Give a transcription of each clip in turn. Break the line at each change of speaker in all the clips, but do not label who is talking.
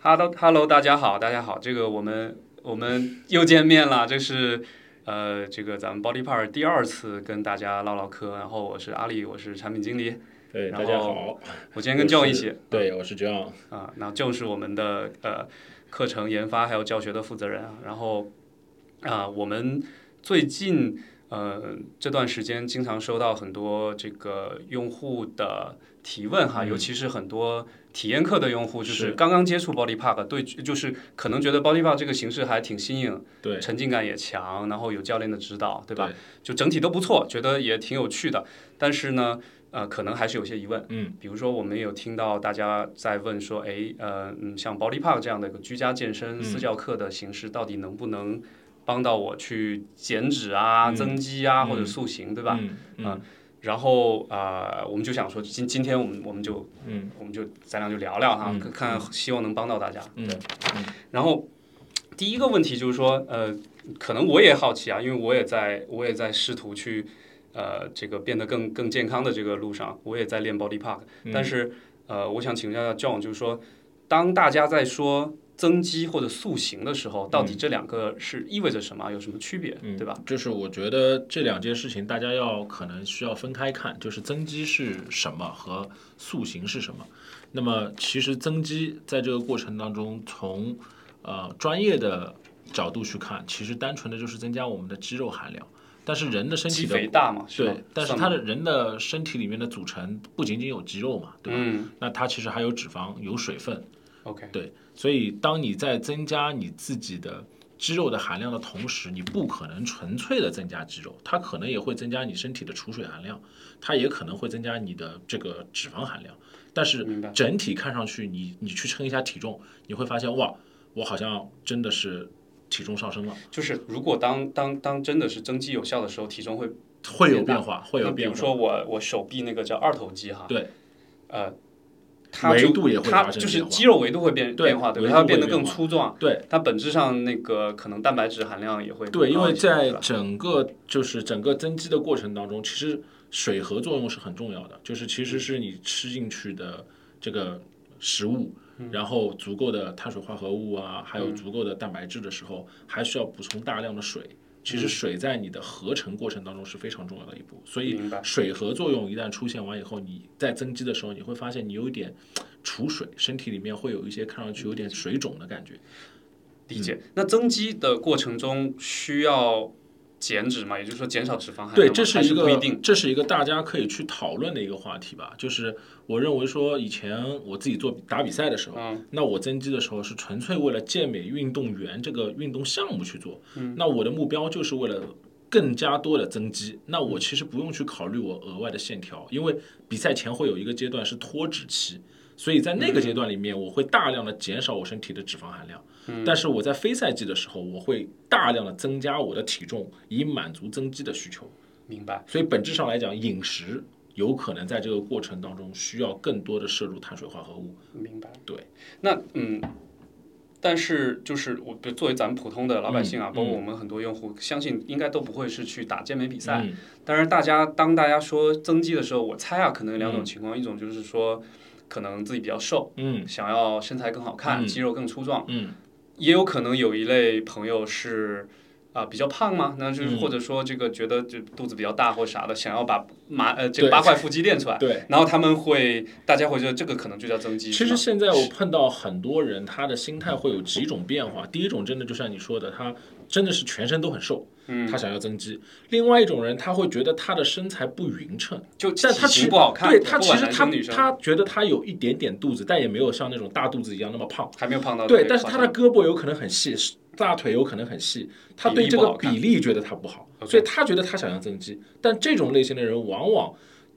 Hello Hello，大家好，大家好，这个我们我们又见面了，这是呃这个咱们 Body Part 第二次跟大家唠唠嗑，然后我是阿里，我是产品经理，
对，
然
大家
后
好，
我今天跟
我
John
是
一起
对，我是 John。
啊，然后 John 是我们的呃课程研发还有教学的负责人啊，然后啊我们最近呃这段时间经常收到很多这个用户的提问哈，尤其是很多体验课的用户，就是
是
刚刚接触 Body Park，对，就是可能觉得 Body Park 这个形式还挺新颖。
对，
沉浸感也强，然后有教练的指导，嗯对吧？就整体都不错，觉得也挺有趣的。但是呢，呃，可能还是有些疑问。
嗯，
比如说我们有听到大家在问说，哎，呃，嗯，像 Body Park 这样的一个居家健身
嗯
私教课的形式，到底能不能帮到我去减脂啊、
嗯
增肌啊、
嗯
或者塑形，对吧？
嗯
啊
嗯
然后啊、呃我们就想说，今今天我们我们就
嗯
我们就咱俩就聊聊哈，
嗯
看看希望能帮到大家。
嗯
然后第一个问题就是说，呃，可能我也好奇啊，因为我也在我也在试图去呃这个变得更更健康的这个路上，我也在练 Body Park，、
嗯
但是呃，我想请教一下 John，就是说，当大家在说增肌或者塑形的时候，到底这两个是意味着什么，有什么区别，
嗯，
对吧？？
就是我觉得这两件事情，大家要可能需要分开看，就是增肌是什么和塑形是什么。那么其实增肌在这个过程当中，从呃专业的角度去看，其实单纯的就是增加我们的肌肉含量，但是人的身体
肌
的
肥大嘛，吧
对，但是
算
它
吗
的人的身体里面的组成不仅仅有肌肉嘛，对吧？
嗯
那它其实还有脂肪、有水分，
，OK，
对，所以当你在增加你自己的肌肉的含量的同时，你不可能纯粹的增加肌肉，它可能也会增加你身体的储水含量，它也可能会增加你的这个脂肪含量。但是
明白
整体看上去你，你去称一下体重，你会发现哇，我好像真的是体重上升了，
就是如果当当当真的是增肌有效的时候，体重会
会有
变
变化，会有
那比
变
如
化。
说我我手臂那个叫二头肌哈，
对，
呃，它
维
就
度也会
它
发生
就是
变化
肌肉维度会变
对
变化，对吧？
维度
它会变
会
得更
变化
粗壮，
对
它本质上那个可能蛋白质含量也会
对，
更
因
高
为
一些
在
对吧
整个就是整个增肌的过程当中，其实水合作用是很重要的，就是其
嗯
实是你吃进去的这个食物，
嗯
然后足够的碳水化合物啊，还有足够的蛋白质的时候，还需要补充大量的水。
嗯
其实水在你的合成过程当中是非常重要的一步，所以
明白
水合作用一旦出现完以后，你在增肌的时候，你会发现你有一点储水，身体里面会有一些看上去有点水肿的感觉。
理解。
嗯
那增肌的过程中需要减脂吗？也就是说减少脂肪含量吗，
对，这
还
是
是
一
不一
个
定。
这是一个大家可以去讨论的一个话题吧。就是我认为说，以前我自己做打比赛的时候，
嗯
那我增肌的时候是纯粹为了健美运动员这个运动项目去做。
嗯
那我的目标就是为了。更加多的增肌，那我其实不用去考虑我额外的线条，因为比赛前会有一个阶段是脱脂期，所以在那
嗯
个阶段里面，我会大量的减少我身体的脂肪含量。
嗯
但是我在非赛季的时候，我会大量的增加我的体重，以满足增肌的需求。
明白。
啊所以本质上来讲，饮食有可能在这个过程当中需要更多的摄入碳水化合物。
明白。
对，
那嗯，但是就是我，比如作为咱们普通的老百姓啊，
嗯
包括我们很多用户，相信应该都不会是去打健美比赛。
嗯
当然，大家当大家说增肌的时候，我猜啊，可能有两种情况，一种就是说可能自己比较瘦，
嗯
想要身材更好看，
嗯
肌肉更粗壮，
嗯
也有可能有一类朋友是。啊、比较胖吗？那就是
嗯
或者说这个觉得就肚子比较大或啥的，想要把马呃这
对
个八块腹肌练出来，
对。
然后他们会大家会觉得这个可能就叫增肌。
其
是
实
吗
现在我碰到很多人，他的心态会有几种变化。第一种真的就像你说的，他真的是全身都很瘦，
嗯
他想要增肌；另外一种人，他会觉得他的身材不匀称，
就
但
体
他其
型
实
不好看，
对
不
他其
管
实
男
他
生女生
他觉得他有一点点肚子，但也没有像那种大肚子一样那么胖。
还没有胖到
对，
这个
但是
夸
他
张
的胳膊有可能很细，大腿有可能很细，他
比
对
例
这
不
个
好看
比例觉得他不好，
OK
所以他觉得他想要增肌。但这种类型的人往往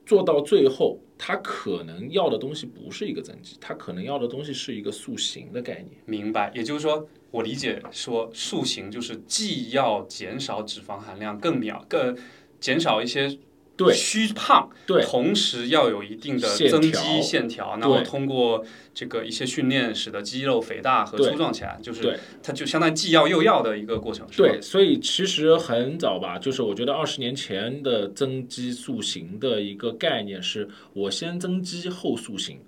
做到最后，他可能要的东西不是一个增肌，他可能要的东西是一个塑形的概念。
明白，也就是说，我理解说塑形就是既要减少脂肪含量，更秒更减少一些
对
虚胖，
对
同时要有一定的
线
增
条
肌线条，然后
对
通过这个一些训练使得肌肉肥大和
对
粗壮起来，就是
对
它就相当于既要又要的一个过程，是吧？
对，所以其实很早吧，就是我觉得二十年前的增肌塑形的一个概念是，我先增肌后塑形。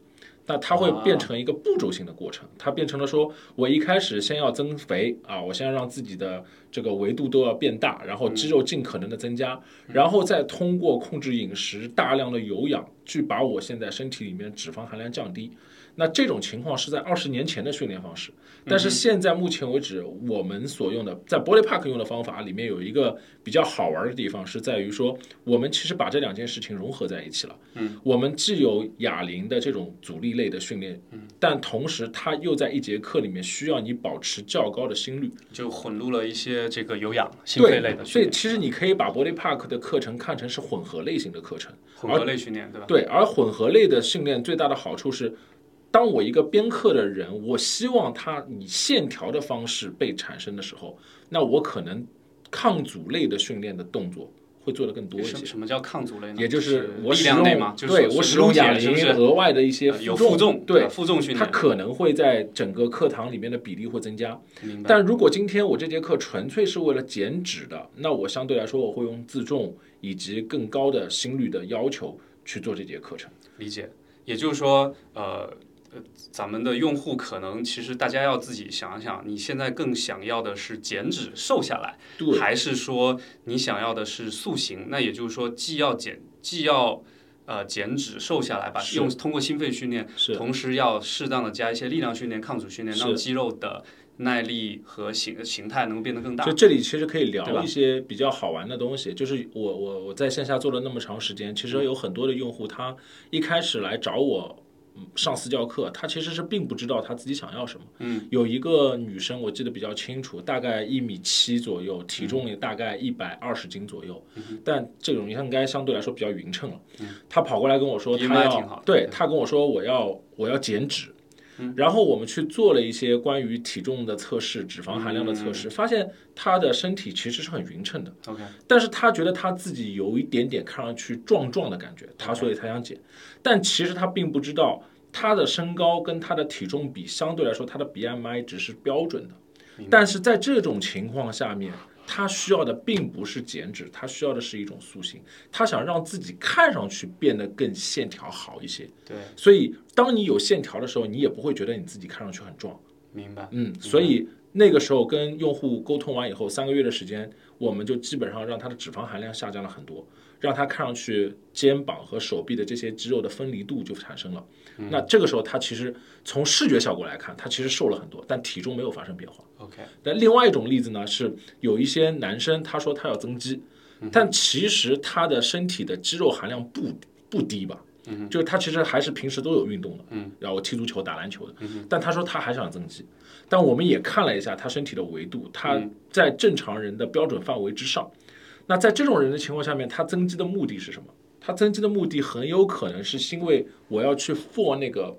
那它会变成一个步骤性的过程，它变成了说我一开始先要增肥啊，我先要让自己的这个维度都要变大，然后肌肉尽可能的增加，然后再通过控制饮食、大量的有氧，去把我现在身体里面脂肪含量降低。那这种情况是在二十年前的训练方式，但是现在目前为止，我们所用的在 Body Park 用的方法里面有一个比较好玩的地方，是在于说我们其实把这两件事情融合在一起了。嗯，我们既有哑铃的这种阻力类的训练，但同时它又在一节课里面需要你保持较高的心率。
就混入了一些这个有氧、心肺
对
类的
所
训
以
练，啊
其实你可以把 Body Park 的课程看成是混合类型的课程。
混合类训练，对吧？
对，而混合类的训练最大的好处是，当我一个编课的人，我希望他以线条的方式被产生的时候，那我可能抗阻类的训练的动作会做得更多一
什么
些。
什么叫抗阻类呢？
也就是我
力
使
量
用
类嘛，就是
对
说
我
是
使用
撸铁
哑
是
铃
不是
额外的一些
呃有
负
负重，
对
呃负重训
它
练，
可能会在整个课堂里面的比例会增加。
明白？
但如果今天我这节课纯粹是为了减脂的，那我相对来说我会用自重以及更高的心率的要求去做这节课程。
理解，也就是说，呃。呃，咱们的用户可能其实大家要自己想一想，你现在更想要的是减脂瘦下来，
对，
还是说你想要的是塑形？那也就是说，既要减，既要呃减脂瘦下来吧，
是
用通过心肺训练，
是
同时要适当的加一些力量训练、抗阻训练，
是
让肌肉的耐力和形形态能够变得更大
就。这里其实可以
对
聊
吧
一些比较好玩的东西，就是我我我在线下做了那么长时间，
嗯
其实有很多的用户他一开始来找我。嗯上私教课，他其实是并不知道他自己想要什么。
嗯，
有一个女生我记得比较清楚，大概一米七左右，体重也大概一百二十斤左右，
嗯
但这种应该相对来说比较匀称了。她跑过来跟我说，
BMI
她
嗯挺好
要
的嗯
对她跟我说我要我要减脂，然后我们去做了一些关于体重的测试、脂肪含量的测试，发现他的身体其实是很匀称的，
OK，
但是他觉得他自己有一点点看上去壮壮的感觉，他所以他想减，但其实他并不知道他的身高跟他的体重比，相对来说他的 BMI 值是标准的，但是在这种情况下面。他需要的并不是减脂，他需要的是一种塑形。他想让自己看上去变得更线条好一些，
对，
所以，当你有线条的时候，你也不会觉得你自己看上去很壮。
明白。
嗯，所以那个时候跟用户沟通完以后，三个月的时间，我们就基本上让他的脂肪含量下降了很多，让他看上去肩膀和手臂的这些肌肉的分离度就产生了。那这个时候，他其实从视觉效果来看，他其实瘦了很多，但体重没有发生变化。
OK，
但另外一种例子呢，是有一些男生他说他要增肌，但其实他的身体的肌肉含量不不低吧。就是他其实还是平时都有运动的，嗯，然后踢足球、打篮球的，但他说他还想增肌，但我们也看了一下他身体的维度，他在正常人的标准范围之上，那在这种人的情况下面，他增肌的目的是什么？他增肌的目的很有可能是因为我要去 for 那个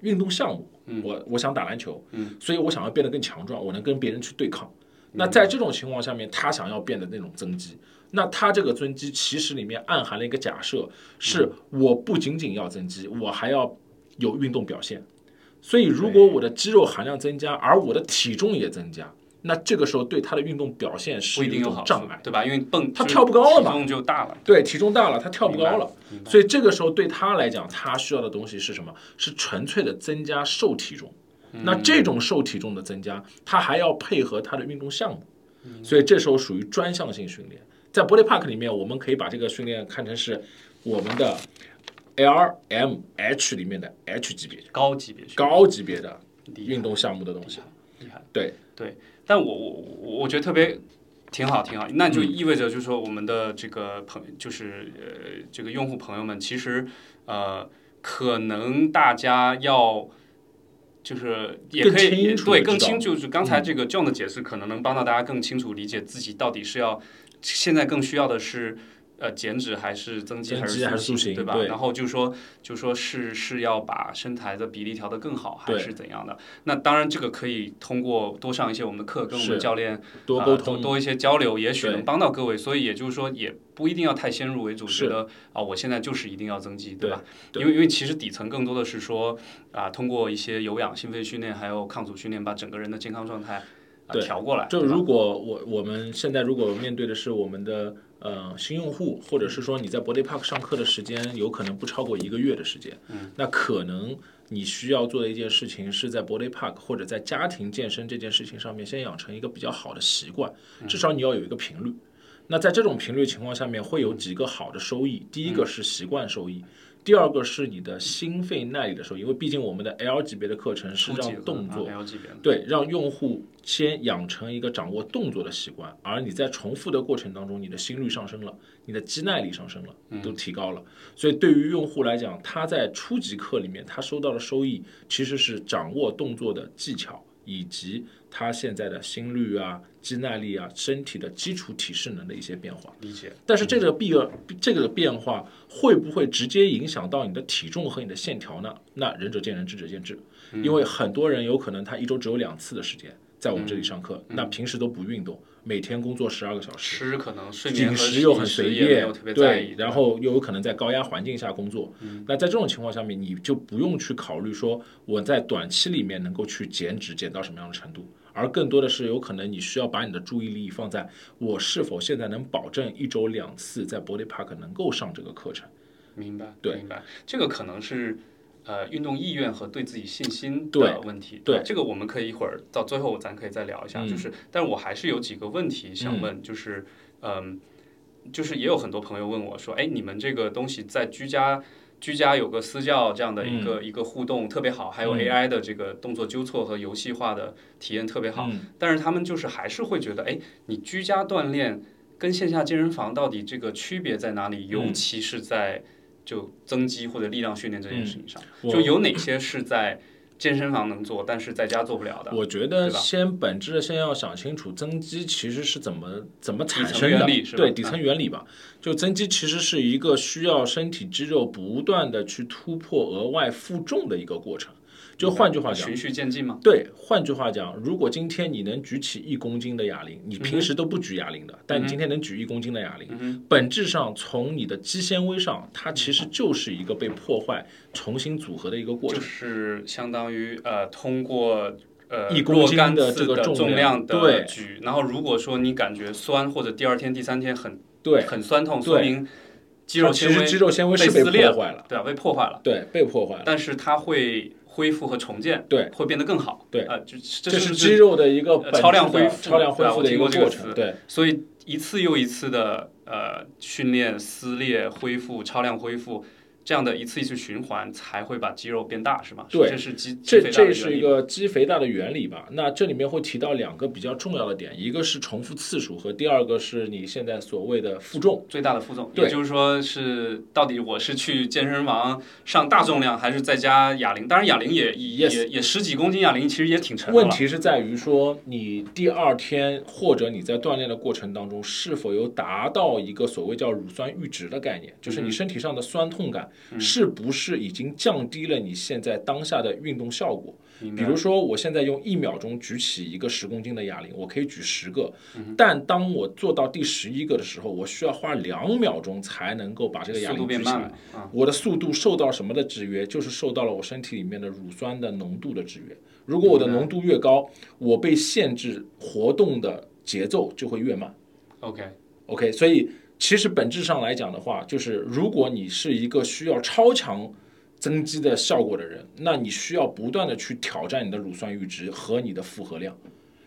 运动项目，
嗯
我我想打篮球，所以我想要变得更强壮，我能跟别人去对抗。
嗯
那在这种情况下面，他想要变得那种增肌，那他这个增肌其实里面暗含了一个假设，是
嗯
我不仅仅要增肌，我还要有运动表现。所以如果我的肌肉含量增加，而我的体重也增加，那这个时候对他的运动表现
不
是
一定有
种
好处
障碍，。
对吧？因为蹦
他
就是
跳不高了嘛
体重就大了。
对，体重大了，他跳不高了
明白明，白
所以这个时候对他来讲，他需要的东西是什么？是纯粹的增加瘦体重。那
嗯
这种瘦体重的增加，他还要配合他的运动项
嗯
目，所以这时候属于专项性训练。在 Body Park 里面，我们可以把这个训练看成是我们的 L M H 里面的 H 级别、
高级别训练
高级别的
厉害
运动项目的东西。
厉害。
对
对，但我我我我觉得特别挺好挺好，那
嗯
就意味着就是说我们的这个朋就是呃这个用户朋友们，其实呃可能大家要。就是也
更
可以
清
也
楚
对
地知
更
道嗯
清，就是刚才这个 John 的解释，可能能帮到大家更清楚理解自己到底是要现在更需要的是呃减脂还是增肌
增
还是
肌还是塑
形
形
对吧？
对
然后就说就说是是要把身材的比例调得更好还
对
是怎样的？那当然，这个可以通过多上一些我们的课，跟我们
是
教练
多
呃
沟
多
通，
多一些交流，也许
对
能帮到各位。所以也就是说，也不一定要太先入为主，
是
觉得啊，我现在就是一定要增肌，对
对
吧？
对
因为因为其实底层更多的是说啊，通过一些有氧、心肺训练还有抗阻训练，把整个人的健康状态啊
对
调过来。
就
对吧
如果我我们现在如果面对的是我们的呃新用户，或者是说你在 Body Park 上课的时间有可能不超过一个月的时间，嗯，那可能你需要做的一件事情是在 Body Park 或者在家庭健身这件事情上面先养成一个比较好的习惯，
嗯
至少你要有一个频率。那在这种频率情况下面，会有几个好的收益，第一个是习惯收
嗯
益。第二个是你的心肺耐力的收益，因为毕竟我们的 L 级别的课程是
初级
让
和
动作
啊 L 级别的，
对，让用户先养成一个掌握动作的习惯，而你在重复的过程当中，你的心率上升了，你的肌耐力上升了，
嗯
都提高了。所以对于用户来讲，他在初级课里面他收到的收益其实是掌握动作的技巧，以及他现在的心率啊、肌耐力啊、身体的基础体适能的一些变化。
理解。
但是这个变这个变化会不会直接影响到你的体重和你的线条呢？那仁者见仁，智者见智。因为很多人有可能他一周只有两次的时间在我们这里上课，那平时都不运动，每天工作十二个小时，
吃可能睡眠
饮
和
食又很随
也没
便
有特别，在
对
意，，嗯
然后又有可能在高压环境下工作。那在这种情况下面，你就不用去考虑说我在短期里面能够去减脂减到什么样的程度，而更多的是有可能你需要把你的注意力放在我是否现在能保证一周两次在 Body Park 能够上这个课程。
明白，
对
明白。这个可能是呃运动意愿和对自己信心
对
的问题。
对
吧这个我们可以一会儿到最后咱可以再聊一下。
嗯
就是，但我还是有几个问题想问，就是嗯、就是也有很多朋友问我说，哎，你们这个东西在居家。居家有个私教这样的一个、一个互动特别好，还有
嗯
AI 的这个动作纠错和游戏化的体验特别好，
嗯
但是他们就是还是会觉得，哎，你居家锻炼跟线下健身房到底这个区别在哪里？
嗯
尤其是在就增肌或者力量训练这件事情上，
我
就有哪些是在健身房能做，但是在家做不了的？
我觉得
对吧
先本质的先要想清楚增肌其实是怎么怎么产
底
生的
层原理是，吧
对
嗯
底层原理吧。就增肌其实是一个需要身体肌肉不断的去突破额外负重的一个过程。就换句话讲，
循序渐进吗？
对，换句话讲，如果今天你能举起一公斤的哑铃，你
嗯
平时都不举哑铃的，但你今天能举一公斤的哑铃，本质上从你的肌纤维上，它其实就是一个被破坏、重新组合的一个过程
就。是相当于呃，通过。呃，
一公斤
若干
的
次
这个
的
重
重
量
的
对
举，然后如果说你感觉酸或者第二天、第三天很
对，
很酸痛，
对
说明肌肉
它其
纤维
实肌肉纤维是
被
被
撕裂
破坏了，
对吧？被破坏了。
对，被破坏了。
但是它会恢复和重建，
对，
会变得更好，
对
啊、就是
这是
是呃
肌肉的一个本质的
超量恢复
超量恢复的
对
一
啊
过
我听过这个词
程。对，
所以一次又一次的呃训练撕裂、恢复、超量恢复这样的一次一次循环，才会把肌肉变大，是吗？
对
这是肌肌肥
这
大的
这
原
是
理
一个肌肥大的原理吧？那这里面会提到两个比较重要的点，一个是重复次数和第二个是你现在所谓的负重。
最大的负重，
对
也就是说是到底我是去健身房上大重量，还是在家哑铃？当然哑铃也也
Yes
也也十几公斤哑铃，其实也挺沉的
问
了。
题是在于说，你第二天或者你在锻炼的过程当中，是否有达到一个所谓叫乳酸阈值的概念，就是
嗯
你身体上的酸痛感是不是已经降低了你现在当下的运动效果？
明
比
白
如说，我现在用一秒钟举起一个十公斤的哑铃，我可以举十个，
嗯
但当我做到第十一个的时候，我需要花两秒钟才能够把这个哑
速度
铃
变
举起
慢
来
了。，啊，
我的速度受到什么的制约？就是受到了我身体里面的乳酸的浓度的制约。如果我的浓度越高，我被限制活动的节奏就会越慢。
OK，
OK，所以其实本质上来讲的话，就是如果你是一个需要超强增肌的效果的人，那你需要不断的去挑战你的乳酸阈值和你的负荷量。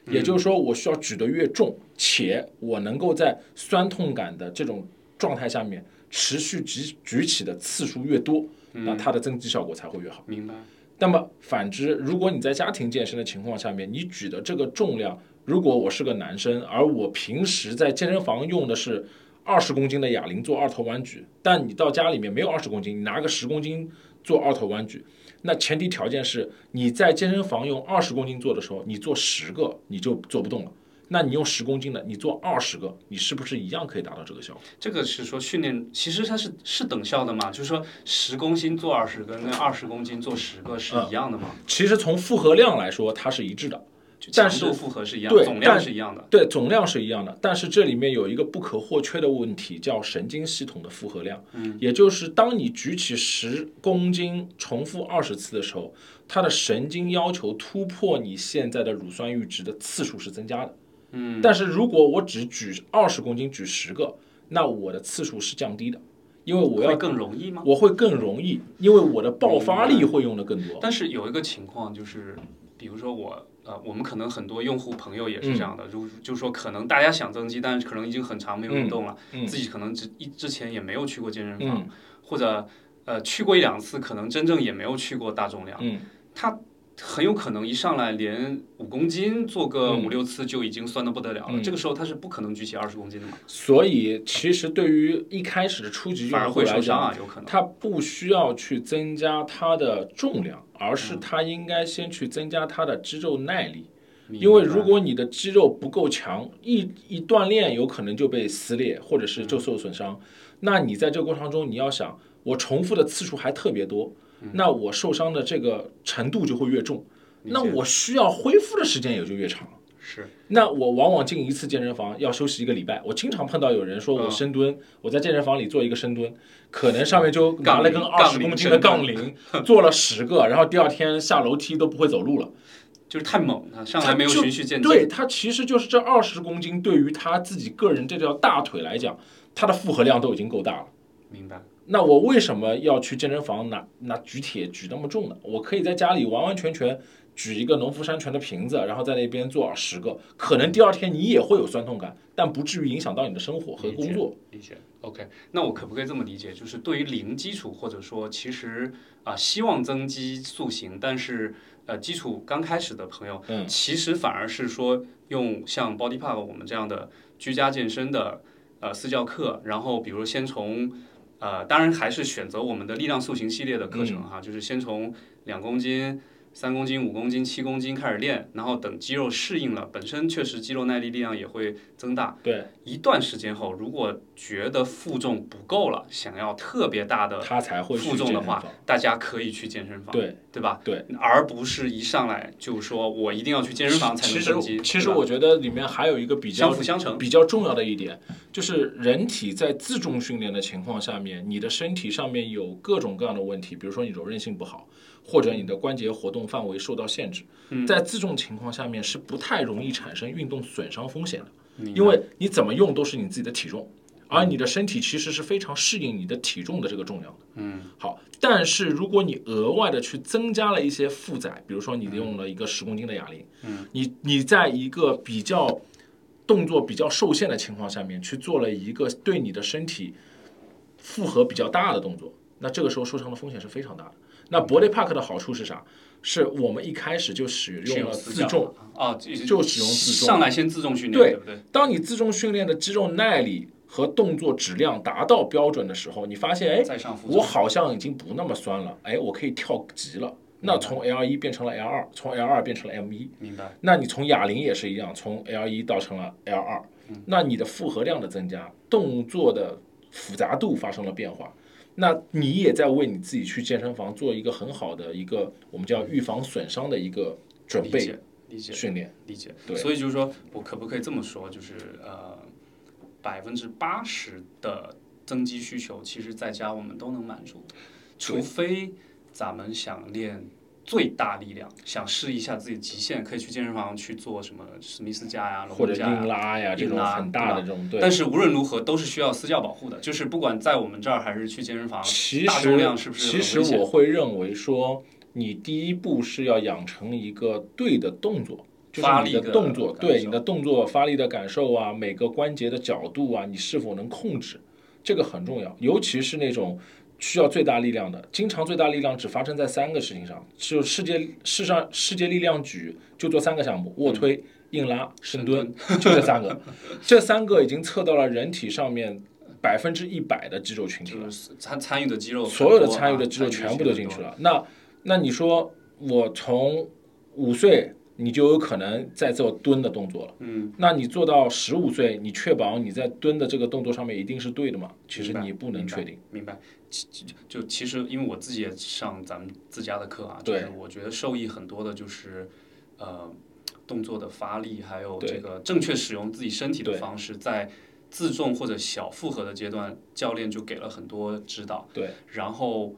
也就是说，我需要举得越重，且我能够在酸痛感的这种状态下面持续举举起的次数越多，那它的增肌效果才会越好。
明白。
那么反之，如果你在家庭健身的情况下面，你举的这个重量，如果我是个男生，而我平时在健身房用的是二十公斤的哑铃做二头弯举，但你到家里面没有二十公斤，你拿个十公斤做二头弯举，那前提条件是你在健身房用二十公斤做的时候，你做十个你就做不动了。那你用十公斤的，你做二十个，你是不是一样可以达到这个效果？
这个是说训练，其实它是是等效的嘛，就是说十公斤做二十个，跟二十公斤做十个
嗯
是一样的嘛，
其实从负荷量来说，它是一致的。
就强
但是
度负荷是一样，
对
总量
但
是一样的。
对，总量是一样的，但是这里面有一个不可或缺的问题，叫神经系统的负荷量。嗯，也就是当你举起十公斤重复二十次的时候，它的神经要求突破你现在的乳酸阈值的次数是增加的。嗯，但是如果我只举二十公斤，举十个。那我的次数是降低的，因为我
会
要
更容易吗？
我会更容易，因为我的爆发力会用的更多。
但是有一个情况就是，比如说我呃，我们可能很多用户朋友也是这样的，就就说可能大家想增肌，但是可能已经很长没有运动了，
嗯嗯嗯
自己可能之一之前也没有去过健身房，
嗯
或者呃去过一两次，可能真正也没有去过大重量，
嗯，
他很有可能一上来连五公斤做个
嗯
五六次就已经酸的不得了了，
嗯
这个时候他是不可能举起二十公斤的嘛，
所以其实对于一开始的初级
反而
用户
会
来
受伤
讲，
啊，有可能。
他不需要去增加它的重量，而是他应该先去增加它的肌肉耐力。因为如果你的肌肉不够强，一一锻炼有可能就被撕裂，或者是就受损伤。那你在这个过程中，你要想，我重复的次数还特别多，那我受伤的这个程度就会越重，那我需要恢复的时间也就越长。
是
那我往往进一次健身房要休息一个礼拜，我经常碰到有人说
嗯
我深蹲，我在健身房里做一个深蹲，可能上面就拿了根
杠铃
二十公斤的
杠
杠铃，做了十个，然后第二天下楼梯都不会走路了。
就是太猛了，上
他
来没有
就
循序渐进，
对他其实就是这二十公斤，对于他自己个人这条大腿来讲，他的负荷量都已经够大了。
明白？
那我为什么要去健身房拿拿举铁举那么重呢？我可以在家里完完全全举一个农夫山泉的瓶子，然后在那边做十个，可能第二天你也会有酸痛感，但不至于影响到你的生活和工作。
理解。OK，那我可不可以这么理解？就是对于零基础，或者说其实啊、希望增肌塑形，但是呃基础刚开始的朋友，
嗯
其实反而是说用像 Body Park 我们这样的居家健身的呃私教课，然后比如先从呃，当然还是选择我们的力量塑形系列的课程哈，就是先从两公斤。三公斤、五公斤、七公斤开始练，然后等肌肉适应了，本身确实肌肉耐力力量也会增大，
对，
一段时间后，如果觉得负重不够了，想要特别大的
他才会去
负
健
重
身
的
房
话。，大家可以去健身房，
对
对吧？
对，
而不是一上来就说我一定要去健身房才
其
能
实
增肌。
其实
对吧
我觉得里面还有一个比较
相辅相成，
比较重要的一点，就是人体在自重训练的情况下面，你的身体上面有各种各样的问题，比如说你柔韧性不好，或者你的关节活动范围受到限制，
嗯
在自重情况下面是不太容易产生运动损伤风险的，
明白
因为你怎么用都是你自己的体重，而你的身体其实是非常适应你的体重的这个重量的。
嗯，
好，但是如果你额外的去增加了一些负载，比如说你用了一个十公斤的哑铃，嗯，你你在一个比较动作比较受限的情况下面去做了一个对你的身体负荷比较大的动作，那这个时候受伤的风险是非常大的。那 body park 的好处是啥？是我们一开始就使
是
用了
有私
自
教
重，
的啊，就
就使用自重
上来先自重训练，
对
对不对？
当你自重训练的肌肉耐力和动作质量达到标准的时候，你发现，哎
再上，负重
我好像已经不那么酸了，哎，我可以跳级了。那从 L 一变成了 L 二，从 L 二变成了 M 一，
明白，
那你从哑铃也是一样，从 L 一到成了 L 二，
嗯
那你的负荷量的增加，动作的复杂度发生了变化，那你也在为你自己去健身房做一个很好的一个我们叫预防损伤的一个准
理
备
解，理解。
训练。
理解。
对
所以就是说我可不可以这么说，就是呃，百分之八十的增肌需求，其实在家我们都能满足，除非咱们想练。最大力量，想试一下自己极限，可以去健身房去做什么史密斯架呀、
啊或
龙
者
门架
硬
呀。
拉呀，这种
硬拉
很大的这种对，
但是无论如何都是需要私教保护的，就是不管在我们这儿还是去健身房，
其
大重
实
量是不是
其
很
实
危险
我会认为说，你第一步是要养成一个对的动作，就是
发
你
力
的
的
动作，
感
对
受
你的动作发力的感受啊，每个关节的角度啊，你是否能控制，这个很重要，尤其是那种。需要最大力量的，经常最大力量只发生在三个事情上，就世界世上世界力量举就做三个项目：
嗯
卧推、硬拉、深蹲，就这三个。这三个已经测到了人体上面百分之一百的肌肉群体了。
就是参参与的肌肉很多啊，
所有的参与的肌肉全部都
参与的
进
肌肉很
去
多。
了。那那你说我从五岁你就有可能在做蹲的动作了，
嗯，
那你做到十五岁，你确保你在蹲的这个动作上面一定是对的吗？其实
明白
你不能确定。。
明白，明白其其就其实因为我自己也上咱们自家的课啊，
对
就是我觉得受益很多的就是，呃，动作的发力，还有
对
这个正确使用自己身体的
对
方式，在自重或者小负荷的阶段，教练就给了很多指导。
对，嗯
然后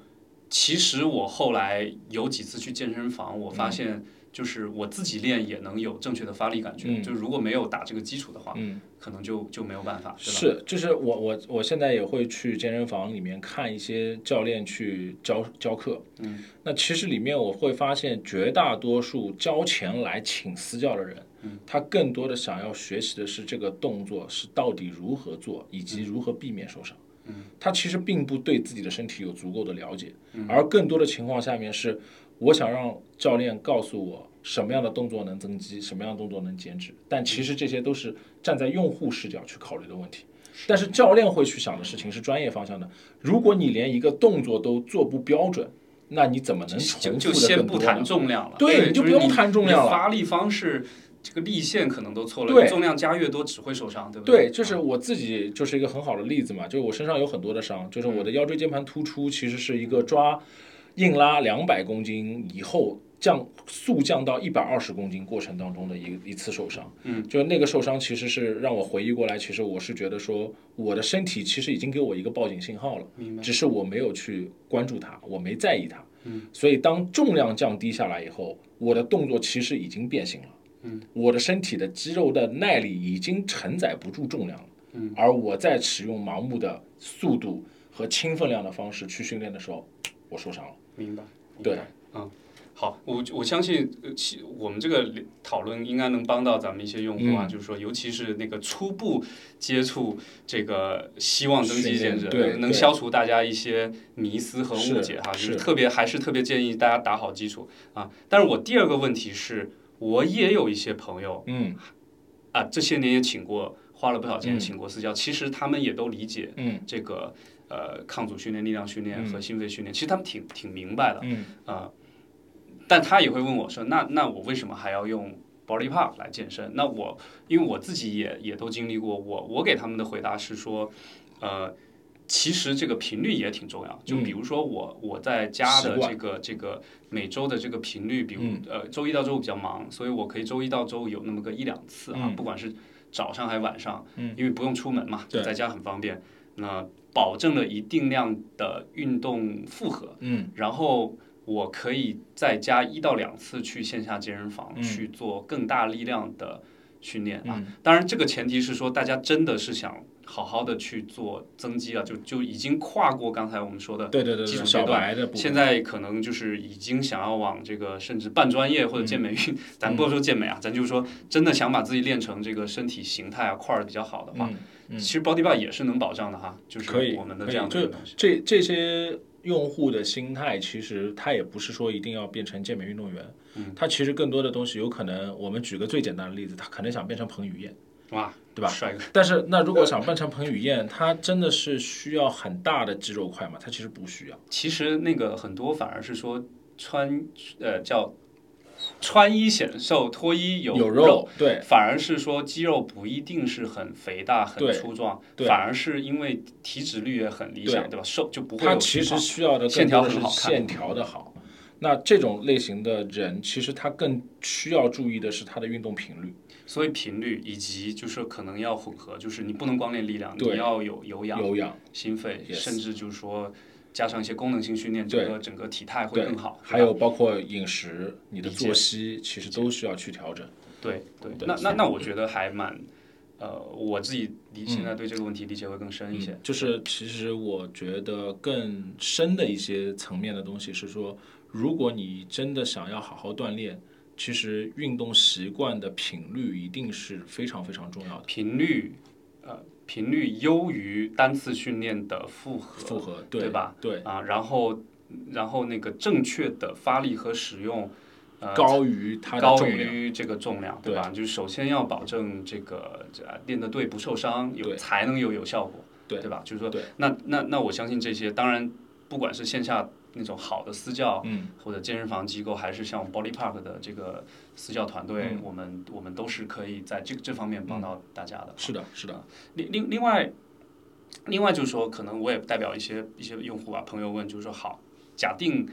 其实我后来有几次去健身房，我发现就是我自己练也能有正确的发力感觉。
嗯
就如果没有打这个基础的话，
嗯
可能就就没有办法，对吧？
是，就是我我我现在也会去健身房里面看一些教练去教教课，
嗯，
那其实里面我会发现，绝大多数交钱来请私教的人，
嗯，
他更多的想要学习的是这个动作是到底如何做，以及如何避免受伤。
嗯，
他其实并不对自己的身体有足够的了解，而更多的情况下面是，我想让教练告诉我什么样的动作能增肌，什么样的动作能减脂，但其实这些都是站在用户视角去考虑的问题。但是教练会去想的事情是专业方向的。如果你连一个动作都做不标准，那你怎么能
就
重复
就
的
先
更
不
多
谈
呢？
重量了，
对
对，
你就不
是
用谈重量
你
了
发力方式这个力线可能都错了，
对
你重量加越多只会受伤，对不
对，
对，啊
就是我自己就是一个很好的例子嘛，就是我身上有很多的伤，就是我的
嗯
腰椎间盘突出其实是一个抓硬拉两百公斤以后降速降到一百二十公斤过程当中的一一次受伤。
嗯，
就那个受伤其实是让我回忆过来，其实我是觉得说我的身体其实已经给我一个报警信号了。
明白，
只是我没有去关注它，我没在意它。
嗯，
所以当重量降低下来以后，我的动作其实已经变形了。
嗯，
我的身体的肌肉的耐力已经承载不住重量了。
嗯，
而我在使用盲目的速度和轻分量的方式去训练的时候，我受伤了。
明白，明白嗯
对，
好，我我相信，呃，其我们这个讨论应该能帮到咱们一些用户啊，
嗯
就是说，尤其是那个初步接触这个希望增肌
训
减
练
脂，
对
能
对
消除大家一些迷思和误
是
解哈，就是
是
特别还是特别建议大家打好基础啊。但是我第二个问题是，我也有一些朋友
嗯
啊，这些年也请过，花了不少钱
嗯
请过私教，其实他们也都理解
嗯
这个呃抗阻训练、力量训练
嗯
和心肺训练，其实他们挺挺明白的。
嗯，
啊、但他也会问我说，那那我为什么还要用 body pump 来健身？那我因为我自己也也都经历过，我我给他们的回答是说，呃，其实这个频率也挺重要。就比如说我、我在家的
嗯习
这
惯
个这个每周的这个频率，比如、
嗯
呃周一到周五比较忙，所以我可以周一到周五有那么个一两次啊，
嗯
不管是早上还是晚上，
嗯
因为不用出门嘛，就
对
在家很方便。那保证了一定量的运动负荷，
嗯
然后我可以再加一到两次去线下健身房、
嗯
去做更大力量的训练啊。
嗯
当然，这个前提是说大家真的是想好好的去做增肌啊，就就已经跨过刚才我们说的。
对对对
基础
对，
阶
小
段
白的部分
现在可能就是已经想要往这个甚至半专业或者健美
嗯
运， 咱不说健美啊，咱就说真的想把自己练成这个身体形态啊块儿比较好的话，
嗯嗯
其实 body bar 也是能保障的哈，就是
可以
我们的
可
这
以
样的一
就
个东西。
这这些用户的心态，其实他也不是说一定要变成健美运动员，
嗯
他其实更多的东西有可能，我们举个最简单的例子，他可能想变成彭于晏，
哇，
对吧
帅哥，
但是那如果想变成彭于晏，他真的是需要很大的肌肉块吗？他其实不需要，
其实那个很多反而是说穿呃叫穿衣显瘦，脱衣有
有
肉。
肉，对，
反而是说肌肉不一定是很肥大、很
对
粗壮，
对
反而是因为体脂率也很理想，对吧？瘦就不会
他
有
其
肥
实
胖
需要的
线
更
条
多的
很
是
好看
线条的好。那这种类型的人，其实他更需要注意的是他的运动频率。
所以频率以及就是可能要混合，就是你不能光练力量，
对
你要有有氧、
有氧，
心肺，
Yes
甚至就是说加上一些功能性训练，整
对
个整个体态会
对
更好。对吧
还有包括饮食、你的
理解
作息，其实都需要去调整。
对对，
对
那那那我觉得还蛮，呃，我自己理现
嗯
在对这个问题理解会更深一些。
就是其实我觉得更深的一些层面的东西是说，如果你真的想要好好锻炼，其实运动习惯的频率一定是非常非常重要的。
频率，呃，频率优于单次训练的负荷，
复合对
对吧？
对，
啊，然后然后那个正确的发力和使用，呃，
高于它的
高
重量。
于这个重量，对吧？就是首先要保证这个这练得对不受伤，有
对
才能有有效果，
对
对吧？就是说
对，
那那那我相信这些，当然不管是线下那种好的私教，
嗯，
或者健身房机构，还是像 Body Park 的这个私教团队，
嗯
我们我们都是可以在这这方面帮到大家的。
是的，是的，
另另另外，另外就是说，可能我也代表一些一些用户啊，朋友问，就是说，好，假定，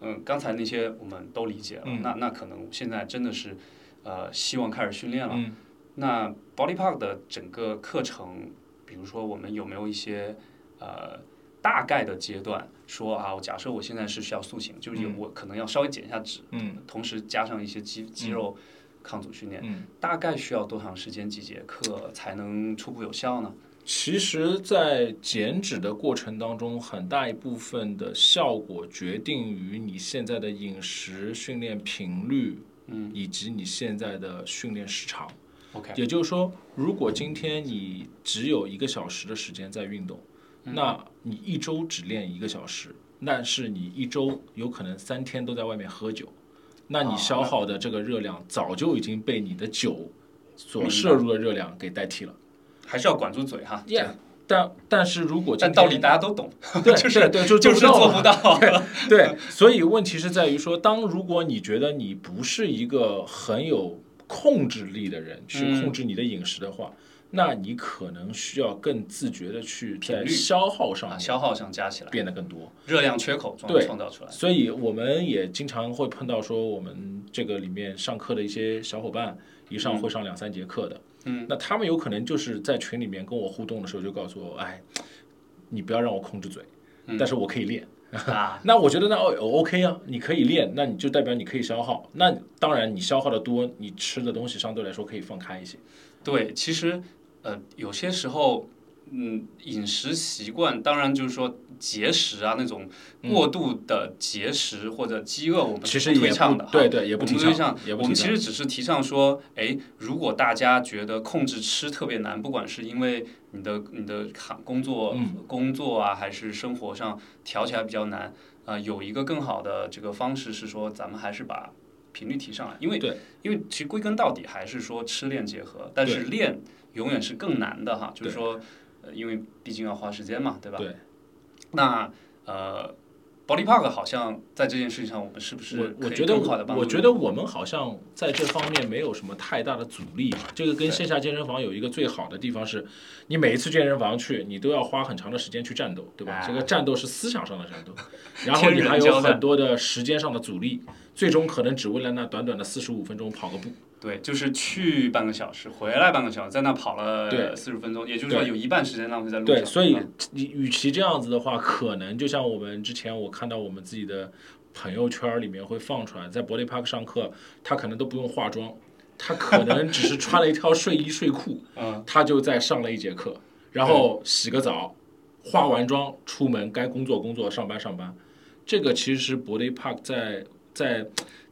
嗯、刚才那些我们都理解了，
嗯
那那可能现在真的是，呃，希望开始训练了。
嗯
那 Body Park 的整个课程，比如说我们有没有一些呃大概的阶段说啊，我假设我现在是需要塑形，就是有我可能要稍微减一下脂，
嗯，
同时加上一些肌肌肉抗阻训练，
嗯
大概需要多长时间几节课才能初步有效呢？
其实，在减脂的过程当中，很大一部分的效果决定于你现在的饮食、训练频率，
嗯
以及你现在的训练时长。
，OK，
也就是说，如果今天你只有一个小时的时间在运动，
嗯
那你一周只练一个小时，但是你一周有可能三天都在外面喝酒，那
啊
你消耗的这个热量早就已经被你的酒所
明白
摄入的热量给代替了。
还是要管住嘴哈。
Yeah，但但是如果今
啊但
天
道理 大家都懂，
对
就是
对就
就是做不
到。
到。
对，所以问题是在于说，当如果你觉得你不是一个很有控制力的人，去
嗯
控制你的饮食的话，那你可能需要更自觉的去
频
在
率
消耗上
啊，
面
消耗上加起来，
变得更多。
热量缺口创
对
创造出来。
所以我们也经常会碰到说，我们这个里面上课的一些小伙伴，一上会上两三节课的，
嗯，
那他们有可能就是在群里面跟我互动的时候就告诉我，哎，你不要让我控制嘴，
嗯
但是我可以练。
啊，
那我觉得那哦，OK 啊，你可以练，那你就代表你可以消耗。那当然，你消耗的多，你吃的东西相对来说可以放开一些。
对，其实呃，有些时候，嗯，饮食习惯，当然就是说节食啊，那种过度的节食或者饥饿，哦我们
其
是
实
不
也
推倡
不
的哈。
对对，也
我
不
们
提
不
倡
推倡，
也不
我
提
们其
倡。
实只是提倡说，哎，如果大家觉得控制吃特别难，不管是因为你的你的行工作、
嗯
工作啊，还是生活上调起来比较难，啊，有一个更好的这个方式是说，咱们还是把频率提上来，因为
对
因为其实归根到底还是说吃练结合，但是练永远是更难的哈，就是
对
说，呃因为毕竟要花时间嘛，对吧？
对。
那呃。Body Park 好像在这件事情上，我们是不是
我
可
我
以
觉得
更好的
我
帮助
我
你
觉得我们好像在这方面没有什么太大的阻力。这个跟线下健身房有一个最好的地方是，你每一次健身房去，你都要花很长的时间去战斗，对吧？
哎
这个战斗是思想上的战 斗，然后你
天人
还有
交战
很多的时间上的阻力，最终可能只为了那短短的四十五分钟跑个步。
对，就是去半个小时，回来半个小时，在那跑了
对
四十分钟，也就是说
对
有一半时间浪费在路上。
对，所以
嗯
你与其这样子的话，可能就像我们之前我看到我们自己的朋友圈里面会放出来，在 Body Park 上课，他可能都不用化妆，他可能只是穿了一条睡衣睡裤，
嗯，
他就在上了一节课，然后洗个澡，化完妆出门，该工作工作，上班上班。这个其实是 Body Park 在在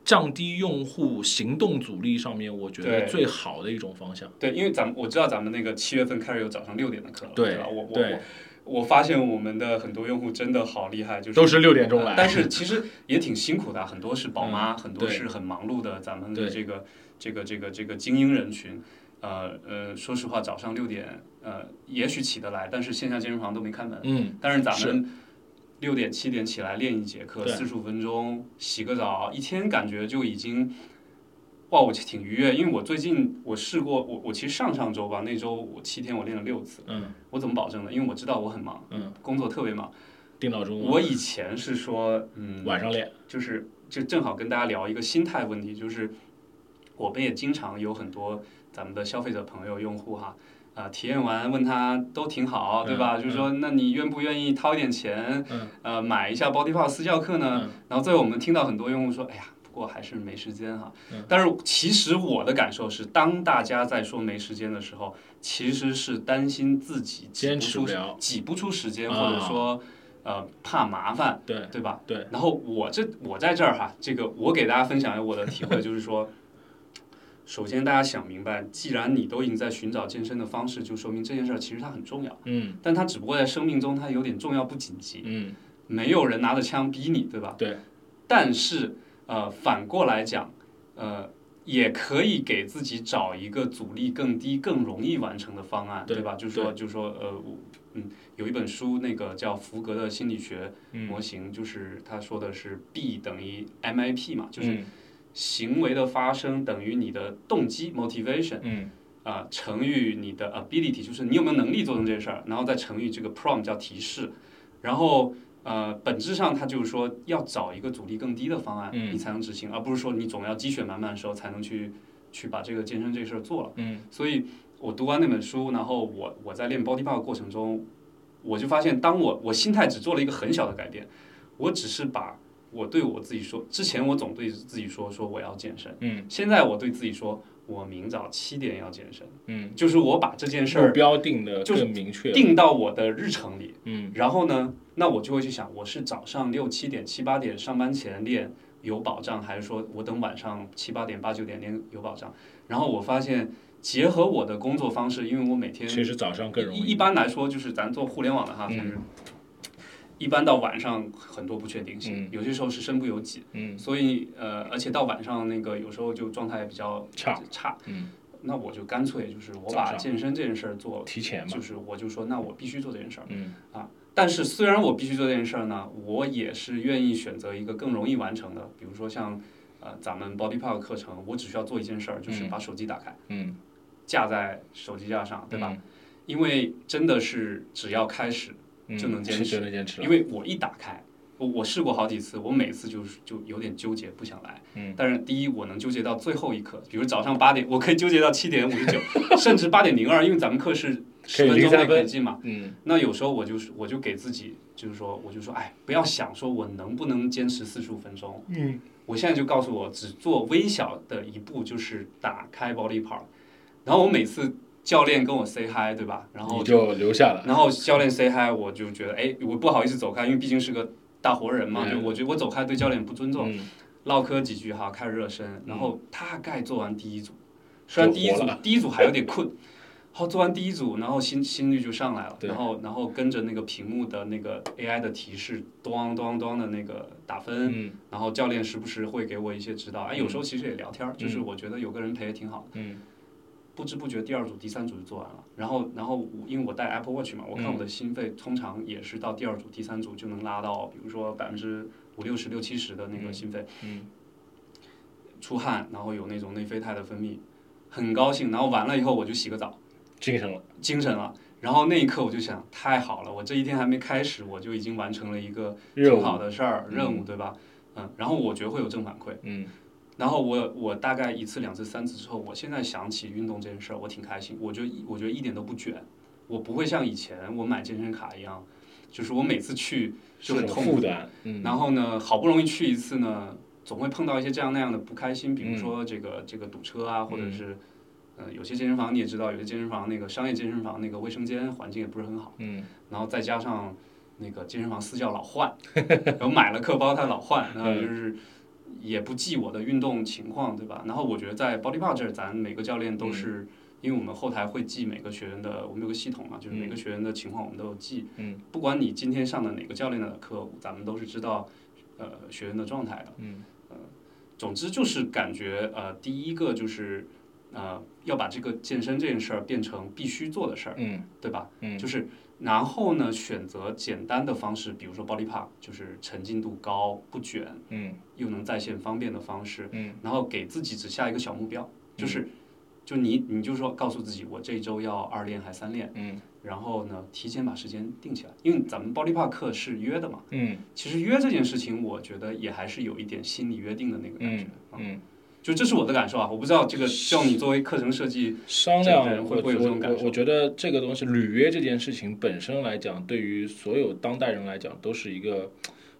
降低用户行动阻力上面，我觉得
对
最好的一种方向。
对，因为咱们我知道咱们那个七月份开始有早上六点的课了，
对
吧？我我
对
我我发现我们的很多用户真的好厉害，就是
都是六点钟
呃
来嗯
但是其实也挺辛苦的啊，很多是宝妈，很多
对
是很忙碌的，咱们的
对
这个这个这个这个精英人群。呃呃，说实话，早上六点，呃，也许起得来，但是线下健身房都没开门。
嗯，
但是咱
是
们六点七点起来练一节课，
对
四十五分钟，洗个澡，一天感觉就已经，哇，我挺愉悦。因为我最近我试过，我我其实上上周吧，那周我七天我练了六次，
嗯
我怎么保证呢？因为我知道我很忙，
嗯，
工作特别忙。
定闹钟啊。
我以前是说，嗯，
晚上练，
就是就正好跟大家聊一个心态问题，就是我们也经常有很多咱们的消费者朋友、用户哈，啊、体验完问他都挺好，对吧？
嗯
就是说，那你愿不愿意掏一点钱，
嗯
呃，买一下 Body Part 私教课呢？然后最后我们听到很多用户说，哎呀。不过还是没时间哈，
嗯
但是其实我的感受是，当大家在说没时间的时候，其实是担心自己挤
坚
不
持
出
不了，
挤不出时间，
啊
或者说呃怕麻烦，
对
对吧？
对，
然后我这我在这儿哈，这个我给大家分享我的体会，就是说， 首先大家想明白，既然你都已经在寻找健身的方式，就说明这件事儿其实它很重要，
嗯
但它只不过在生命中它有点重要不紧急，
嗯，
没有人拿着枪逼你，对吧？
对。
但是呃，反过来讲，呃。也可以给自己找一个阻力更低、更容易完成的方案，
对
对吧？就是说，就是说，呃，我嗯，有一本书，那个叫福格的心理学，模
嗯，
型，就是他说的是 B 等于 MIP 嘛，就是
是
行为的发生等于你的动机 motivation
嗯
啊、乘以你的 ability，就是你有没有能力做成这件事儿，然后再乘以这个 prompt 叫提示，然后呃，本质上它就是说要找一个阻力更低的方案，
嗯
你才能执行，而不是说你总要积雪满满的时候才能去去把这个健身这个事儿做了。
嗯
所以我读完那本书，然后我我在练 body park 的过程中，我就发现，当我我心态只做了一个很小的改变，我只是把我对我自己说，之前我总对自己说说我要健身，
嗯
现在我对自己说我明早七点要健身，
嗯，
就是我把这件事
目
儿
标定的
就是
更明确了，
定到我的日程里，
嗯
然后呢，那我就会去想，我是早上六七点、七八点上班前练有保障，还是说我等晚上七八点、八九点练有保障？然后我发现，结合我的工作方式，因为我每天
其实早上更容
一一
易，
般来说，就是咱做互联网的哈，
嗯
反正一般到晚上很多不确定性，
嗯
有些时候是身不由己，
嗯
所以呃，而且到晚上那个有时候就状态比较
差
差，
嗯，
那我就干脆就是我
早
把
上
健身这件事儿做，
提前嘛
就，是我就说那我必须做这件事儿。
嗯
但是虽然我必须做这件事儿呢，我也是愿意选择一个更容易完成的，比如说像呃咱们 Body Power 课程，我只需要做一件事儿，就是
嗯
把手机打开，
嗯，
架在手机架上，对吧？
嗯？
因为真的是只要开始，
嗯
就能坚
是
持
真的坚持了，
因为我一打开，我我试过好几次，我每次就是就有点纠结，不想来。
嗯
但是第一，我能纠结到最后一刻，比如早上八点，我可以纠结到七点五十九， 甚至八点零二，因为咱们课是
可
十
以
分
零
钟
三
内可以
分
进嘛。
嗯
那有时候我就是我就给自己就是说，我就说，哎，不要想说我能不能坚持四十五分钟，
嗯，
我现在就告诉我，只做微小的一步，就是打开 Body Part。然后我每次教练跟我 say hi，对吧？啊然后
你就留下了，
然后教练 say hi，我就觉得，哎，我不好意思走开，因为毕竟是个大活人嘛，
嗯
就我觉得我走开对教练不尊重。
嗯
唠嗑几句哈，开始热身，然后大概做完第一组，虽然第一
就
组
活了
第一组还有点困， 然后做完第一组，然后心心率就上来了，
对
然后然后跟着那个屏幕的那个 AI 的提示，咚咚咚的那个打分，
嗯
然后教练时不时会给我一些指导，哎，
嗯
有时候其实也聊天儿，
嗯
就是我觉得有个人陪也挺好的。
嗯
不知不觉第二组、第三组就做完了，然后然后我因为我带 Apple Watch 嘛，我看
嗯
我的心肺通常也是到第二组、第三组就能拉到，比如说百分之五六十、六七十的那个
嗯
心肺。
嗯，
出汗，然后有那种内啡肽的分泌，很高兴。然后完了以后我就洗个澡，
精神了，
精神了。然后那一刻我就想，太好了，我这一天还没开始，我就已经完成了一个
热
挺
舞，
好的事儿
嗯
任务，对吧？嗯，然后我觉得会有正反馈。
嗯
然后我我大概一次、两次、三次之后，我现在想起运动这件事儿，我挺开心。我觉得一我觉得一点都不卷，我不会像以前我买健身卡一样，就是我每次去就很
是
痛苦
负。担，嗯，
然后呢，好不容易去一次呢，总会碰到一些这样那样的不开心，比如
嗯
说这个、这个堵车啊，或者是，呃，有些健身房你也知道，有些健身房那个商业健身房那个卫生间环境也不是很好，
嗯
然后再加上那个健身房私教老换， 然后买了课包他老换，那
嗯
就是也不记我的运动情况，对吧？然后我觉得在 Body p a r 这儿，咱每个教练都是。
嗯
因为我们后台会记每个学员的，我们有个系统嘛，就是每个学员的情况我们都有记。
嗯，
不管你今天上的哪个教练的课，咱们都是知道，呃，学员的状态的。呃
嗯
总之就是感觉，呃，第一个就是，呃，要把这个健身这件事儿变成必须做的事儿，啊
嗯
对吧？
嗯，
就是，然后呢，选择简单的方式，比如说 body pump，就是沉浸度高、不卷
嗯
又能在线方便的方式，
嗯
然后给自己只下一个小目标，就是，就你你就说告诉自己，我这周要二练还三练，
嗯
然后呢，提前把时间定起来，因为咱们 body park 课是约的嘛。
嗯
其实约这件事情，我觉得也还是有一点心理约定的那个感觉
嗯。
啊
嗯，
就这是我的感受啊，我不知道这个像你作为课程设计，
商
整个
量，
人
我
会不会有这
我
种感
我
受
我觉得这个东西履约这件事情本身来讲，对于所有当代人来讲，都是一个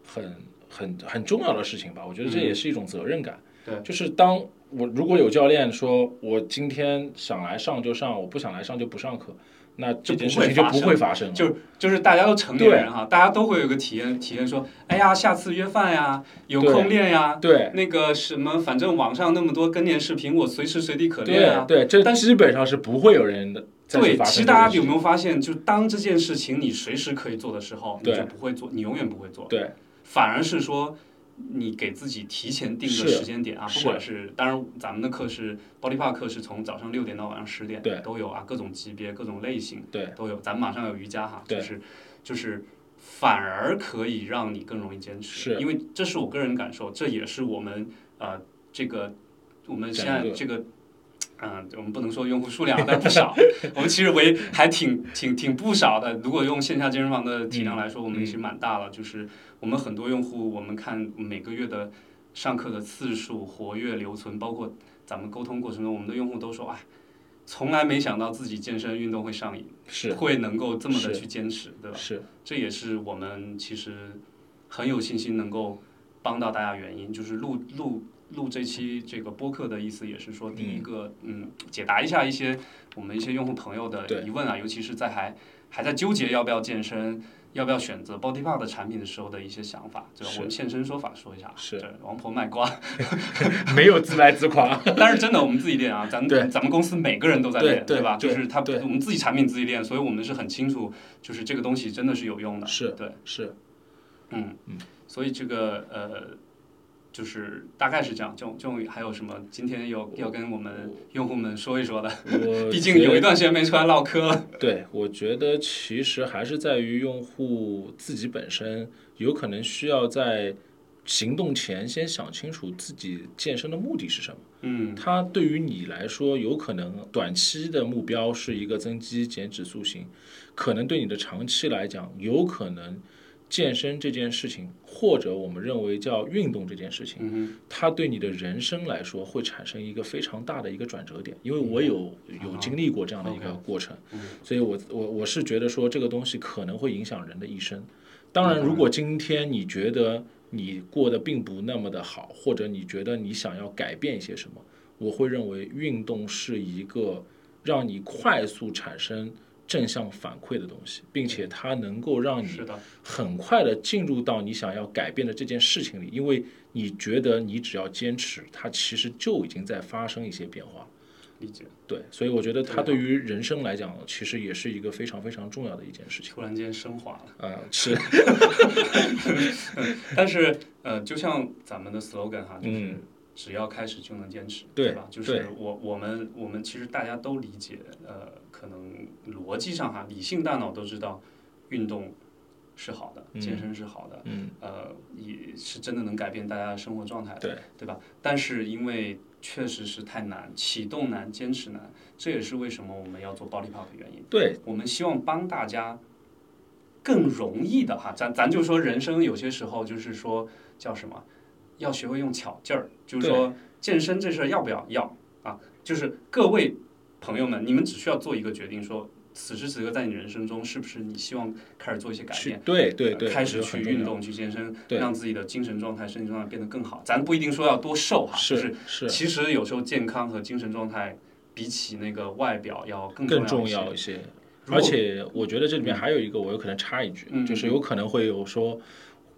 很很很重要的事情吧。我觉得这
嗯
也是一种责任感。
对
就是当我如果有教练说我今天想来上就上，我不想来上就不上课，那
就
这件
不
事
会
情就
发
不
生
会发生了。
就是就是大家都成年人哈、大家都会有一个体验，体验说，哎呀，下次约饭呀，有
对
空练呀，
对
那个什么，反正网上那么多跟练视频，我随时随地可练啊
对。对，这基本上是不会有人的再去
对，
发
其
生
实
这
大
件
家
事
有没有发现，就当这件事情你随时可以做的时候，你
对
就不会做，你永远不会做。
对，
反而是说你给自己提前定个
是
时间点啊，不
是
管是当然咱们的课是 body park 课是从早上六点到晚上十点，
对
都有啊，各种级别、各种类型
对
都有。咱们马上有瑜伽哈，就
对
是就是。反而可以让你更容易坚持，
是
因为这是我个人感受，这也是我们呃这个我们现在
整个
这个嗯，我们不能说用户数量，但不少。 我们其实为还挺挺挺不少的。如果用线下健身房的体量来说，我们其实蛮大了。就是我们很多用户，我们看每个月的上课的次数、活跃留存，包括咱们沟通过程中，我们的用户都说啊，从来没想到自己健身运动会上瘾，
是
会能够这么的
是
去坚持，对吧？
是
这也 是我们其实很有信心能够帮到大家原因，就是录录录这期这个播客的意思也是说，第一个，嗯，解答一下一些我们一些用户朋友的
对
疑问啊，尤其是在还还在纠结要不要健身。要不要选择 Body Part 的产品的时候的一些想法，对吧？
是
我们现身说法说一下，啊
是
对王婆 卖瓜，
没有自卖自夸，
但是真的我们自己练啊，咱
对
们咱们公司每个人都在
对
练，
对
吧？就
对
是他
对
我们自己产品自己练，所以我们是很清楚，就是这个东西真的是有用的，
是
对。
是
嗯，所以这个呃，就是大概是这样。就就还有什么今天要要跟我们用户们 说一说的？
我
毕竟有一
觉
段时间没出来唠嗑了。
得 对，我觉得其实还是在于用户自己本身有可能需要在行动前先想清楚自己健身的目的是什么。
嗯
它对于你来说，有可能短期的目标是一个增肌减脂塑形，可能对你的长期来讲，有可能健身这件事情，或者我们认为叫运动这件事情，
嗯
它对你的人生来说会产生一个非常大的一个转折点。因为我有有经历过这样的一个过程，
嗯
所以我我我是觉得说这个东西可能会影响人的一生。当
嗯
然，如果今天你觉得你过得并不那么的好，或者你觉得你想要改变一些什么，我会认为运动是一个让你快速产生正向反馈的东西，并且它能够让
哼，
你
是的，
很快的进入到你想要改变的这件事情里，因为你觉得你只要坚持，它其实就已经在发生一些变化。
理解。
对，所以我觉得它
对
对于人生来讲，其实也是一个非常非常重要的一件事情。
突然间升华了。
啊、是，
但是呃，就像咱们的 slogan 哈，就是
嗯
只要开始就能坚持，
对
吧？就
对
是我我们我们其实大家都理解，呃，可能逻辑上哈，理性大脑都知道运动是好的，
嗯
健身是好的，
嗯，
呃，也是真的能改变大家的生活状态的，
对
对吧？但是因为确实是太难，启动难，坚持难，这也是为什么我们要做 body pop 的原因。
对，
我们希望帮大家更容易的哈，咱咱就说人生有些时候就是说叫什么，要学会用巧劲儿，就是说健身这事儿要不要要啊？就是各位朋友们，你们只需要做一个决定说。此时此刻，在你人生中，是不是你希望开始做一些改变
去？对对
呃
对，
开
我觉
始
得
去
很重
运
要，
动、去健身，
对
让自己的精神状态、身体状态变得更好。咱不一定说要多瘦哈，就是
是
其实有时候健康和精神状态比起那个外表要更
更重
一些
要一些。
如果
而且我觉得这里面还有一个，我有可能插一句，
嗯
就是有可能会有说，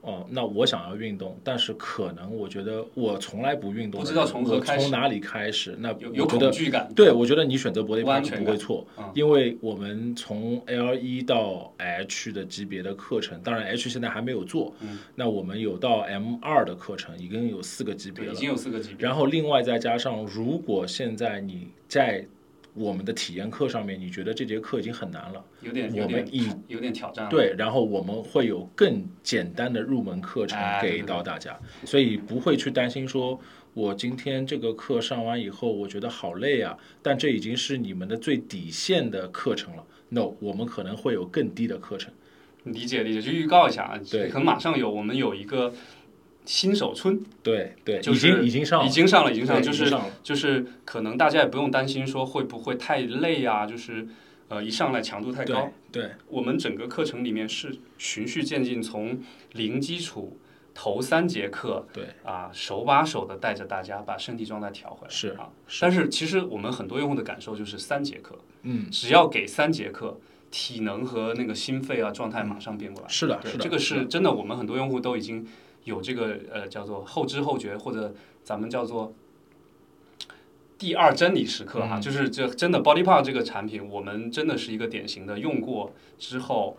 哦、那我想要运动，但是可能我觉得我从来不运动的人，
不知道从何
我
开始
从哪里开始？那
有有
我觉
恐
得，
惧感。
对我觉得你选择
不
博雷
安
盘
全
不会错，
嗯
因为我们从 L 一到 H 的级别的课程，当然 H 现在还没有做，
嗯
那我们有到 M 二的课程，已经有四个级
对，
别了
已。经有四个级别。
然后另外再加上，如果现在你在我们的体验课上面，你觉得这节课已经很难了，
有点
我
有
们
点
已
有点挑战了。
对，然后我们会有更简单的入门课程
哎对对
给到大家，所以不会去担心说。我今天这个课上完以后，我觉得好累啊！但这已经是你们的最底线的课程了。No，我们可能会有更低的课程。
理解理解，就预告一下啊，
对
可能马上有我们有一个新手村，
对对，
就
已经
是
已经上了，
已经上了，已
已
经上了，就是
上了
就是可能大家也不用担心说会不会太累啊，就是呃一上来强度太高。
对对
我们整个课程里面是循序渐进，从零基础头三节课
对
啊手把手的带着大家把身体状态调回来
是
啊。
是
但是其实我们很多用户的感受就是三节课，
嗯，
只要给三节课，体能和那个心肺啊状态马上变过来。
是的，
对
是的，
这个
的
是真的，我们很多用户都已经有这个呃叫做后知后觉，或者咱们叫做第二真理时刻哈、
嗯
就是这真的 Body Part 这个产品，我们真的是一个典型的用过之后。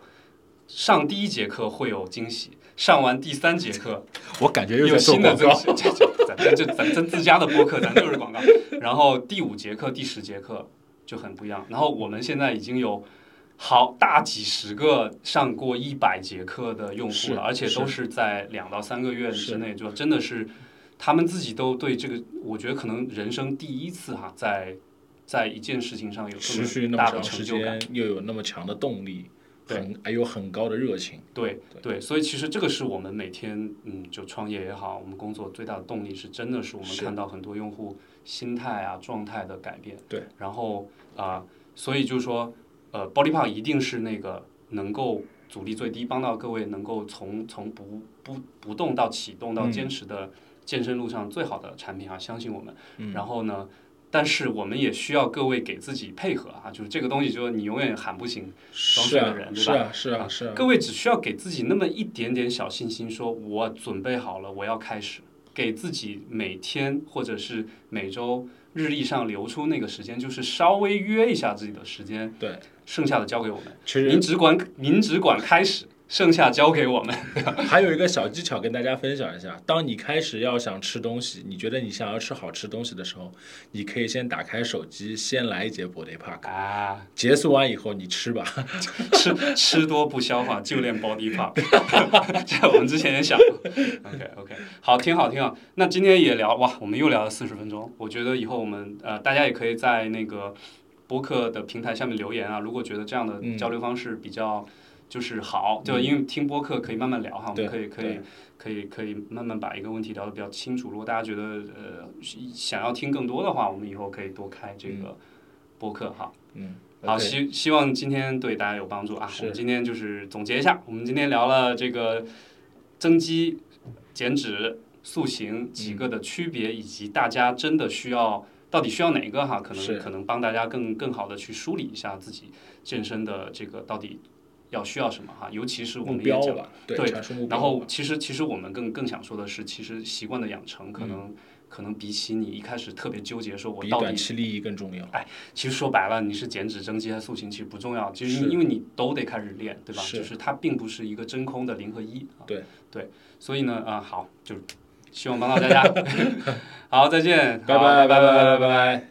上第一节课会有惊喜，上完第三节课
我感觉又
有
在做
新的
广
惊
告。
喜。 这这咱咱这咱咱自家的播客，咱就是广告。然后第五节课、第十节课就很不一样。然后我们现在已经有好大几十个上过一百节课的用户
是
了，而且都是在两到三个月之内，就真的是他们自己都对这个，我觉得可能人生第一次哈、在在一件事情上有
持
这
续
么
那么
大的
长
成
时
就感。
间，又有那么强的动力，很还有很高的热情。
对
嗯
对，所以其实这个是我们每天嗯，就创业也好，我们工作最大的动力是真的是我们
是
看到很多用户心态啊、状态的改变。
对，
然后啊、所以就是说，呃，Body Park 一定是那个能够阻力最低，帮到各位能够从从不不不动到启动
嗯
到坚持的健身路上最好的产品啊，相信我们。
嗯
然后呢？但是我们也需要各位给自己配合啊，就是这个东西，就是你永远喊不行，装
是
睡的
啊
人对
是啊是啊是啊，
各位只需要给自己那么一点点小信心，说我准备好了，我要开始，给自己每天或者是每周日历上留出那个时间，就是稍微约一下自己的时间，
对，
剩下的交给我们。
其实
您只管您只管开始，剩下交给我们。
还有一个小技巧跟大家分享一下：当你开始要想吃东西，你觉得你想要吃好吃东西的时候，你可以先打开手机，先来一节 Body Park，
啊，
结束完以后你吃吧。
吃 吃多不消化，就练 body pump。这我们之前也想过。OK OK，好，挺好挺好。那今天也聊哇，我们又聊了四十分钟。我觉得以后我们呃，大家也可以在那个播客的平台下面留言啊，如果觉得这样的
嗯
交流方式比较。就是好，就因为听播客可以慢慢聊哈，我
对
们可以可以
对
可以可以慢慢把一个问题聊得比较清楚。如果大家觉得呃想要听更多的话，我们以后可以多开这个播客哈。
嗯，
好，
OK，
希希望今天对大家有帮助啊！
是
我们今天就是总结一下，我们今天聊了这个增肌、减脂、塑形几个的区别，以及大家真的需要到底需要哪一个哈？可
是
能可能帮大家更更好的去梳理一下自己健身的这个到底要需要什么哈，尤其是我
目
们也
标
讲
吧，
对
阐述目标吧。
然后其实其实我们更更想说的是，其实习惯的养成可能、可能比起你一开始特别纠结说我
比
到
短
底
期利益更重要。
其实说白了，你是减脂、增肌还是塑形，其实不重要。其实
是
你因为你都得开始练，对吧？
是
就是它并不是一个真空的零和一。啊
对
对，所以呢，啊、 好，就是希望帮到大家。好，再见，
拜
好拜
拜
拜拜
拜拜拜。